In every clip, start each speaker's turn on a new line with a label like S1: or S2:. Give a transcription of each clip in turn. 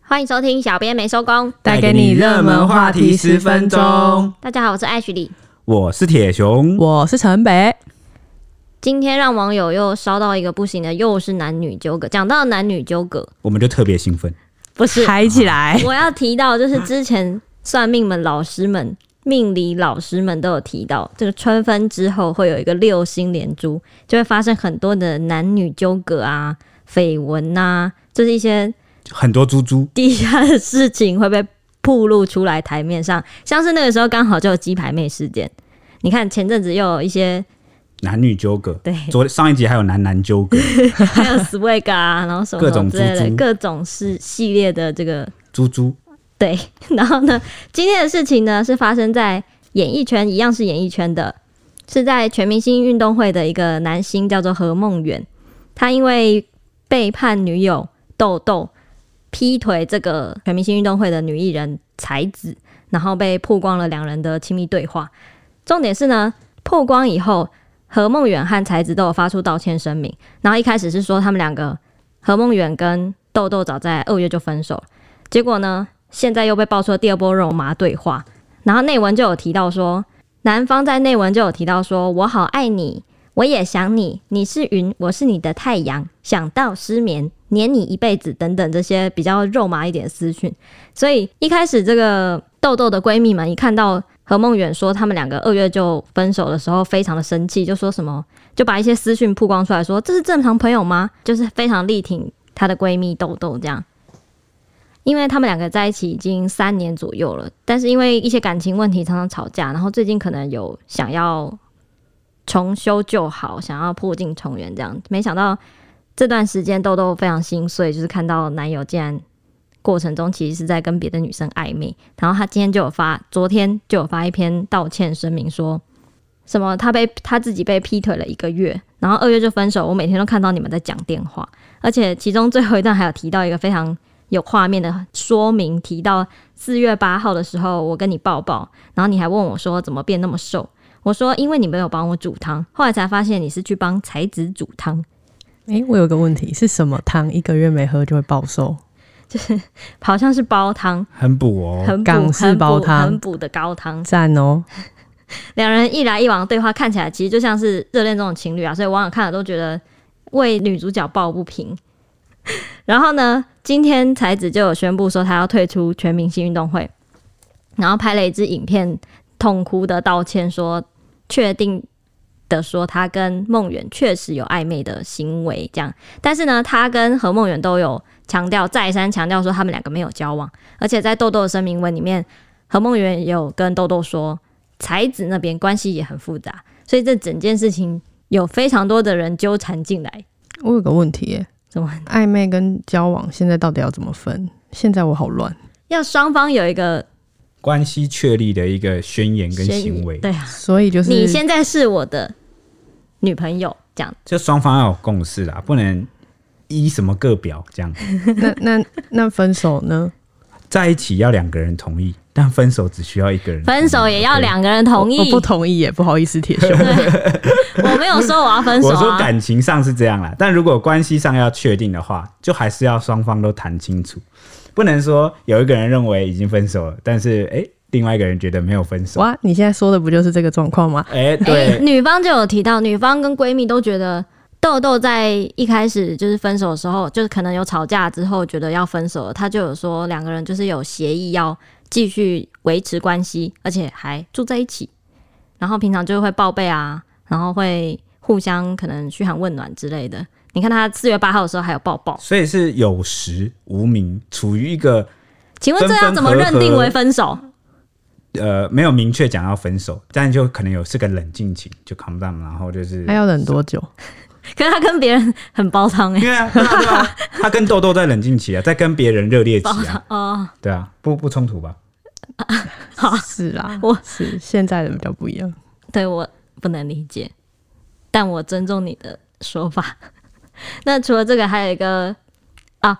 S1: 欢迎收听《小编没收工》，
S2: 带给你热门话题十分钟。
S1: 大家好，我是艾许里。
S2: 我是铁熊，
S3: 我是陈北，
S1: 今天让网友又烧到一个不行的，又是男女纠葛。讲到男女纠葛，
S2: 我们就特别兴奋。
S1: 不是
S3: 嗨起 来！
S1: 我要提到，就是之前算命们、老师们、命理老师们都有提到，这个春分之后会有一个六星连珠，就会发生很多的男女纠葛啊、绯闻呐，就是一些
S2: 很多猪猪，
S1: 地下的事情会被暴露出来台面上，像是那个时候刚好就有鸡排妹事件。你看前阵子又有一些
S2: 男女纠葛。
S1: 对，
S2: 昨上一集还有男男 纠葛，
S1: 还 有 swag 啊，然后什么
S2: 各
S1: 什么
S2: 种
S1: 之类的
S2: 猪猪
S1: 各种事系列的这个
S2: 猪猪
S1: 对。 然后呢，今天的事情呢是发生在演艺圈，一样是演艺圈的，是在全明星运动会的一个男星叫做何梦远，他因为背叛女友豆豆，劈腿这个全明星运动会的女艺人才子，然后被曝光了两人的亲密对话。重点是呢，曝光以后，何梦远和才子都有发出道歉声明。然后一开始是说他们两个何梦远跟豆豆早在二月就分手了，结果呢，现在又被爆出了第二波肉麻对话。然后内文就有提到说，男方在内文就有提到说：“我好爱你，我也想你，你是云，我是你的太阳，想到失眠，黏你一辈子等等这些比较肉麻一点的私讯。”所以一开始这个豆豆的闺蜜们一看到何梦远说他们两个二月就分手的时候，非常的生气，就说什么就把一些私讯曝光出来说这是正常朋友吗？就是非常力挺她的闺蜜豆豆这样。因为他们两个在一起已经三年左右了，但是因为一些感情问题常常吵架，然后最近可能有想要重修旧好，想要破镜重圆这样。没想到这段时间豆豆非常心碎，就是看到男友竟然过程中其实是在跟别的女生暧昧，然后他今天就有发，昨天就有发一篇道歉声明说。什么？他被他自己被劈腿了一个月，然后二月就分手。我每天都看到你们在讲电话，而且其中最后一段还有提到一个非常有画面的说明，提到四月八号的时候，我跟你抱抱，然后你还问我说怎么变那么瘦，我说因为你没有帮我煮汤，后来才发现你是去帮才子煮汤，
S3: 哎、我有个问题，是什么汤一个月没喝就会暴瘦？
S1: 好像是煲汤，
S2: 很补哦，
S1: 很补
S3: 港式
S1: 很补
S3: 煲汤
S1: 很补的高汤。
S3: 赞哦！
S1: 两人一来一往的对话，看起来其实就像是热恋中的情侣啊，所以网友看了都觉得为女主角抱不平。 然后呢，今天才子就有宣布说他要退出全明星运动会，然后拍了一支影片，痛哭的道歉说，确定的说他跟梦远确实有暧昧的行为，这样。但是呢，他跟何梦远都有强调，再三强调说他们两个没有交往，而且在豆豆的声明文里面，何梦远有跟豆豆说，才子那边关系也很复杂，所以这整件事情有非常多的人纠缠进来。
S3: 我有个问题耶，
S1: 怎么
S3: 暧昧跟交往现在到底要怎么分？现在我好乱，
S1: 要双方有一个
S2: 关系确立的一个宣言跟
S1: 先
S2: 行为，
S1: 对啊，
S3: 所以就是
S1: 你现在是我的女朋友，这样
S2: 就双方要有共识啦，不能依什么个表这样，
S3: 那那那分手呢？
S2: 在一起要两个人同意，但分手只需要一个人同意，
S1: 分手也要两个人同意。
S3: 我不同意耶，不好意思，铁兄，
S1: 我没有说我要分手
S2: 我说
S1: 啊，
S2: 感情上是这样啦，但如果关系上要确定的话，就还是要双方都谈清楚，不能说有一个人认为已经分手了，但是诶，另外一个人觉得没有分手。
S3: 哇，你现在说的不就是这个状况吗？
S2: 诶，
S1: 哎、
S2: 对，
S1: 女方就有提到，女方跟闺蜜都觉得豆豆在一开始就是分手的时候，就是可能有吵架之后觉得要分手了，她就有说两个人就是有协议要继续维持关系，而且还住在一起，然后平常就会报备啊，然后会互相可能嘘寒问暖之类的。你看她四月八号的时候还有抱抱，
S2: 所以是有实无名，处于一个
S1: 请问这要怎么
S2: 分分合
S1: 认定
S2: 合
S1: 为分手？
S2: 呃没有明确讲要分手，但就可能有是个冷静期，就 calm down，然后就是
S3: 还要忍多 久？
S1: 可是她跟别人很煲汤哎、
S2: 因为啊对啊对啊他跟豆豆在冷静期啊，在跟别人热烈期 啊，
S1: 哦，
S2: 对啊，不不冲突吧？
S3: 是啦，
S1: 我
S3: 是现在的比较不一样。
S1: 对我不能理解，但我尊重你的说法。 那除了这个，还有一个啊，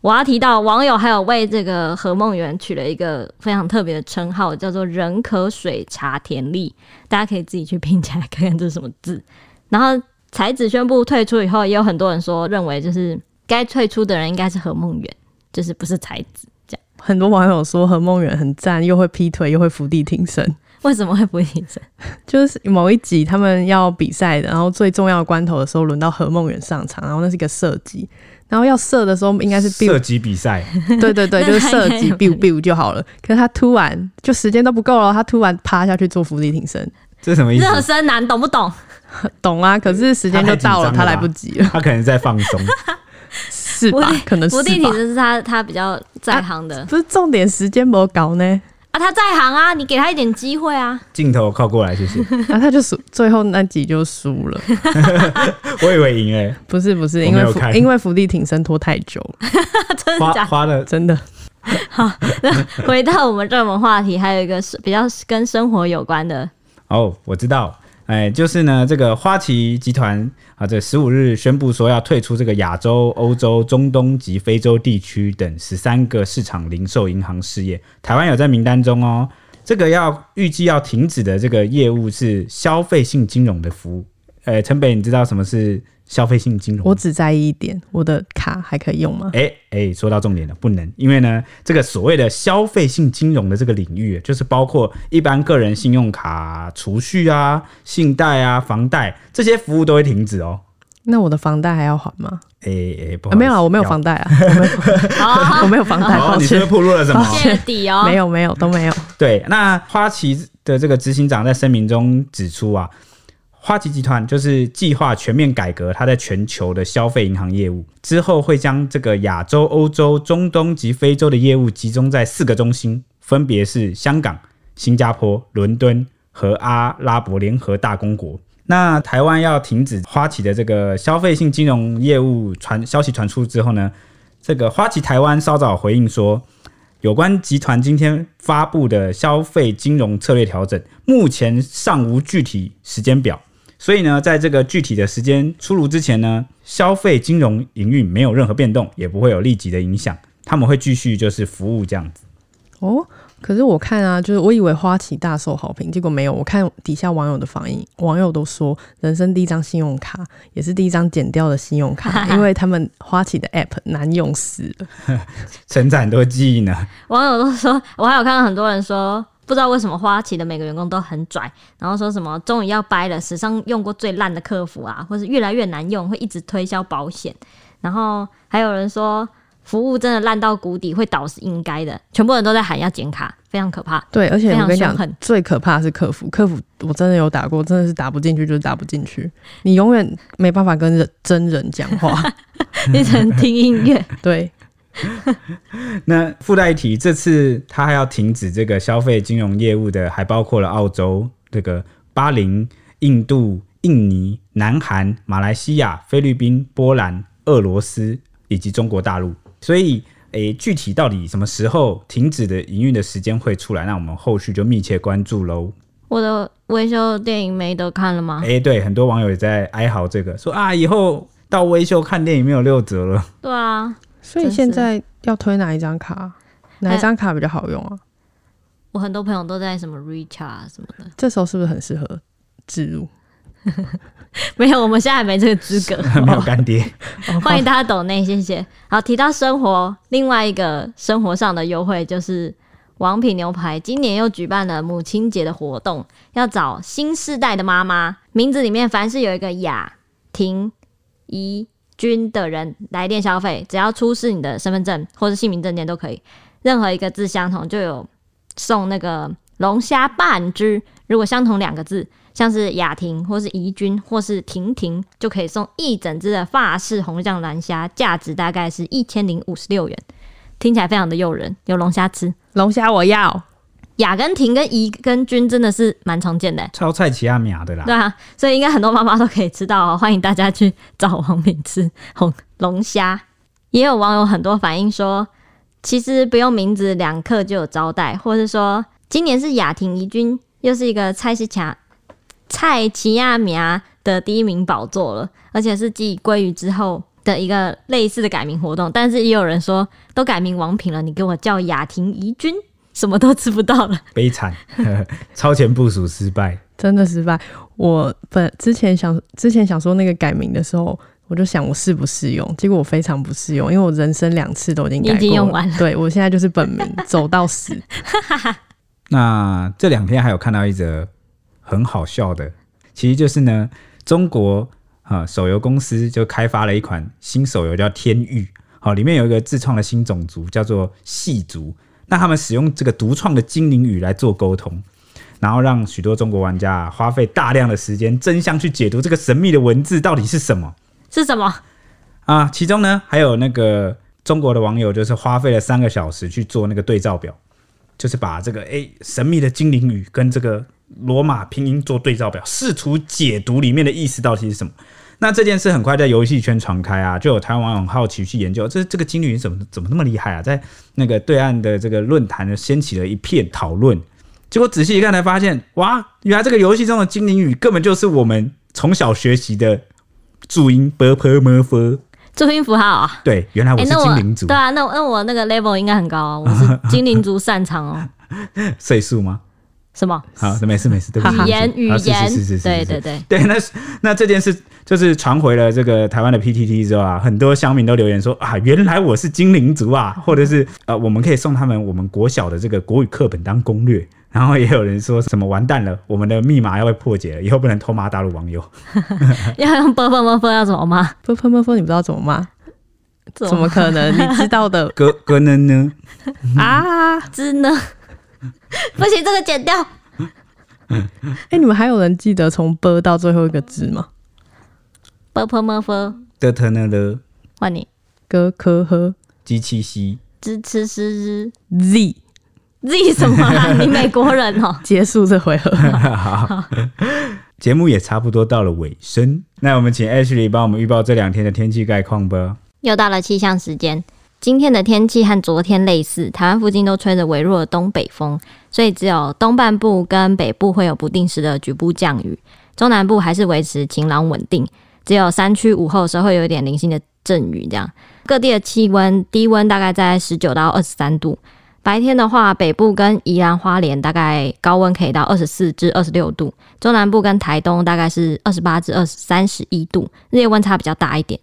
S1: 我要提到网友还有为这个何梦圆取了一个非常特别的称号，叫做“人可水茶田丽”，大家可以自己去拼起来看看这是什么字。然后才子宣布退出以后，也有很多人说认为就是该退出的人应该是何梦圆，就是不是才子。
S3: 很多网友说何梦远很赞，又会劈腿，又会伏地挺身。
S1: 为什么会不挺身？
S3: 就是某一集他们要比赛的，然后最重要的关头的时候，轮到何梦远上场，然后那是一个射击，然后要射的时候应该是 biu，
S2: 射击比赛，
S3: 对对 对，
S1: 那
S3: 就是
S1: 他
S3: 射
S1: 应该
S3: 击
S1: 有
S3: biu biu 就好了。可是他突然就时间都不够了，他突然趴下去做伏地挺身，
S2: 这什 么意
S1: 热
S2: 思？
S1: 身男懂不懂？
S3: 懂啊？可是时间就到了，他
S2: 他太紧张了吧
S3: 来不及了，
S2: 他可能在放松，
S3: 是
S1: 伏
S3: 吧
S1: 地？
S3: 可能
S1: 伏
S3: 呃是
S1: 地挺
S3: 吧？
S1: 身是他他比较在行的啊
S3: 不是重点，时间没搞 呢，
S1: 他在行啊，你给他一点机会 啊。
S2: 镜头靠过来，谢谢。
S3: 然后啊他就输，最后那集就输了。
S2: 我以为赢了，
S3: 不是不是，
S2: 我
S3: 因
S2: 没
S3: 为
S2: 有
S3: 伏
S2: 看
S3: 因为伏地挺身拖太久了，
S1: 真的
S2: 花
S1: 假的？
S2: 花了
S3: 真的。
S1: 回到我们热门话题，还有一个是比较跟生活有关的，
S2: 哦，我知道，哎，就是呢，这个花旗集团啊，这十五日宣布说要退出这个亚洲、欧洲、中东及非洲地区等十三个市场零售银行事业，台湾有在名单中哦。这个要预计要停止的这个业务是消费性金融的服务。呃，陈北，你知道什么是消费性金融吗？
S3: 我只在意一点，我的卡还可以用吗？
S2: 哎、哎、说到重点了，不能，因为呢，这个所谓的消费性金融的这个领域，啊就是包括一般个人信用卡、储蓄啊、信贷啊、房贷这些服务都会停止哦。
S3: 那我的房贷还要还吗？
S2: 哎、哎、不
S3: 啊
S2: 好意思、
S3: 没有啊，我没有
S2: 要
S3: 房贷啊， 我没有，
S1: 好，
S3: 我没有房贷，
S2: 哦，
S3: 抱
S2: 你是
S3: 歉
S2: 不是，暴露了什么？
S1: 谢底哦。
S3: 没有没有都没有。
S2: 对，那花旗的这个执行长在声明中指出啊，花旗集团就是计划全面改革它在全球的消费银行业务，之后会将这个亚洲、欧洲、中东及非洲的业务集中在四个中心，分别是香港、新加坡、伦敦和阿拉伯联合大公国。那台湾要停止花旗的这个消费性金融业务传消息传出之后呢，这个花旗台湾稍早回应说，有关集团今天发布的消费金融策略调整，目前尚无具体时间表。所以呢，在这个具体的时间出炉之前呢，消费金融营运没有任何变动，也不会有立即的影响。他们会继续就是服务这样子。
S3: 哦，可是我看啊，就是我以为花旗大受好评，结果没有。我看底下网友的反应，网友都说人生第一张信用卡也是第一张剪掉的信用卡， 因为他们花旗的 app 难用死了。
S2: 称赞很多记忆呢，
S1: 网友都说，我还有看到很多人说，不知道为什么花旗的每个员工都很拽，然后说什么终于要掰了，史上用过最烂的客服啊，或是越来越难用，会一直推销保险。然后还有人说，服务真的烂到谷底，会倒是应该的。全部人都在喊要减卡，非常可 怕。
S3: 对，而且
S1: 非常
S3: 我跟你
S1: 凶
S3: 讲
S1: 狠，
S3: 最可怕的是客服，客服我真的有打过，真的是打不进去就是打不进去，你永远没办法跟人真人讲 话。
S1: 你只能听音乐，
S3: 对，
S2: 那附带一提，这次他还要停止这个消费金融业务的，还包括了澳洲、这个巴林、印度、印尼、南韩、马来西亚、菲律宾、波兰、俄罗斯以及中国大陆。所以，诶，具体到底什么时候停止的营运的时间会出来，那我们后续就密切关注喽。
S1: 我的维修电影没得看了吗？
S2: 诶，对，很多网友也在哀嚎这个，说啊，以后到微秀看电影没有六折了。
S1: 对啊，
S3: 所以
S1: 真是
S3: 现在要推哪一张卡？哪一张卡比较好用啊？
S1: 我很多朋友都在什么 Richard 什么的，
S3: 这时候是不是很适合置入？
S1: 没有，我们现在还没这个资格。
S2: 没有干爹，
S1: 欢迎大家抖内，谢谢。好，提到生活，另外一个生活上的优惠就是王品牛排今年又举办了母亲节的活动，要找新世代的妈妈，名字里面凡是有一个雅、婷、怡、君的人来店消费，只要出示你的身份证或者姓名证件都可以，任何一个字相同就有送那个龙虾半只，如果相同两个字，像是雅婷或是怡君或是婷婷，就可以送一整只的法式红酱蓝虾，价值大概是一千零五十六元，听起来非常的诱人，有龙虾吃。
S3: 龙虾我要。
S1: 雅跟婷跟怡跟君真的是蛮常见的欸、
S2: 超菜奇亚米亚的啦
S1: 对。啊，所以应该很多妈妈都可以吃到、哦，欢迎大家去找王品吃红龙虾。也有网友很多反映说，其实不用名字两克就有招待，或是说今年是雅婷怡君，又是一个蔡西卡蔡奇亚米亚的第一名宝座了，而且是继鲑鱼之后的一个类似的改名活动。但是也有人说，都改名王品了，你给我叫雅婷怡君，什么都吃不到了。
S2: 悲惨， 超前部署失败。
S3: 真的失败。我本之前想之前想说那个改名的时候，我就想我适不适用，结果我非常不适用，因为我人生两次都已经
S1: 你已
S3: 改
S1: 经
S3: 过
S1: 用完了
S3: 对我现在就是本名走到 死。
S2: 那这两天还有看到一则很好笑的，其实就是呢，中国啊、呃手游公司就开发了一款新手游叫《天域》，好、里面有一个自创的新种族叫做细族，那他们使用这个独创的精灵语来做沟通。然后让许多中国玩家啊花费大量的时间争相去解读这个神秘的文字到底是什么。
S1: 是什么？
S2: 啊，其中呢还有那个中国的网友就是花费了三个小时去做那个对照表，就是把这个诶神秘的精灵语跟这个罗马拼音做对照表，试图解读里面的意思到底是什么。那这件事很快在游戏圈传开啊，就有台湾网友很好奇去研究，这这个精灵语怎么怎么那么厉害啊？在那个对岸的这个论坛呢，掀起了一片讨论。结果仔细一看，才发现，哇，原来这个游戏中的精灵语根本就是我们从小学习的注音 b p m f
S1: 注音符号啊？
S2: 对，原来我
S1: 诶
S2: 是
S1: 那
S2: 精灵族，
S1: 对啊，那我那我那个 level 应该很高啊，我 是精灵族擅长哦。
S2: 岁数吗？
S1: 什么
S2: 好，那没事没事，对不起，
S1: 语言？语
S2: 对不起 啊
S1: 言
S2: 是是是是是，，
S1: 对
S2: 是
S1: 对 对，
S2: 对，那那这件事就是传回了这个台湾的 PTT 之后啊，很多乡民都留言说啊，原来我是精灵族啊，或者是呃，我们可以送他们我们国小的这个国语课本当攻略。然后也有人说什么完蛋了，我们的密码要被破解了，以后不能偷骂大陆网友。
S1: 要用 b b b b 要怎么吗？
S3: 不不不不，你不知道怎么骂？怎么可能？你知道 的
S2: 哥哥呢呢？
S3: 啊！
S1: 知呢？ 不行，这个剪掉。
S3: 哎、你们还有人记得从“啵”到最后一个字吗？
S1: b p m f
S2: 的特呢了，
S1: 换你，
S3: 哥科呵
S2: 机器西
S1: 知吃吃
S3: z
S1: 知 z 什么啦？ 你美国人哦、
S3: 结束这回合。
S2: 节目也差不多到了尾声，那我们请 Ashley 帮我们预报这两天的天气概况吧。
S1: 又到了气象时间，今天的天气和昨天类似，台湾附近都吹着微弱的东北风，所以只有东半部跟北部会有不定时的局部降雨，中南部还是维持晴朗稳定，只有山区午后的时候会有一点零星的阵雨。这样，各地的气温低温大概在十九到二十三度。白天的话，北部跟宜兰花莲大概高温可以到二十四至二十六度，中南部跟台东大概是二十八至二三十一度，日夜温差比较大一点。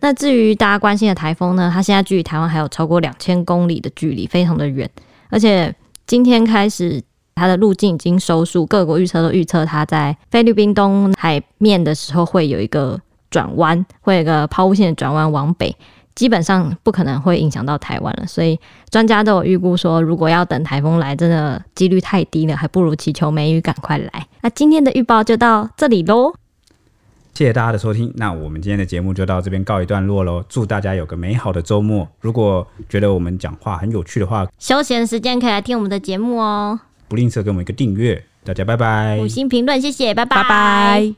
S1: 那至于大家关心的台风呢，它现在距离台湾还有超过两千公里的距离，非常的远。而且今天开始，它的路径已经收束，各国预测都预测它在菲律宾东海面的时候会有一个转弯，会有一个抛物线的转弯往北，基本上不可能会影响到台湾了。所以专家都有预估说，如果要等台风来，真的几率太低了，还不如祈求梅雨赶快来。那今天的预报就到这里喽。
S2: 谢谢大家的收听，那我们今天的节目就到这边告一段落喽。祝大家有个美好的周末。如果觉得我们讲话很有趣的话，
S1: 休闲时间可以来听我们的节目哦。
S2: 不吝啬给我们一个订阅。大家拜拜，
S1: 五星评论，谢谢，拜
S3: 拜拜。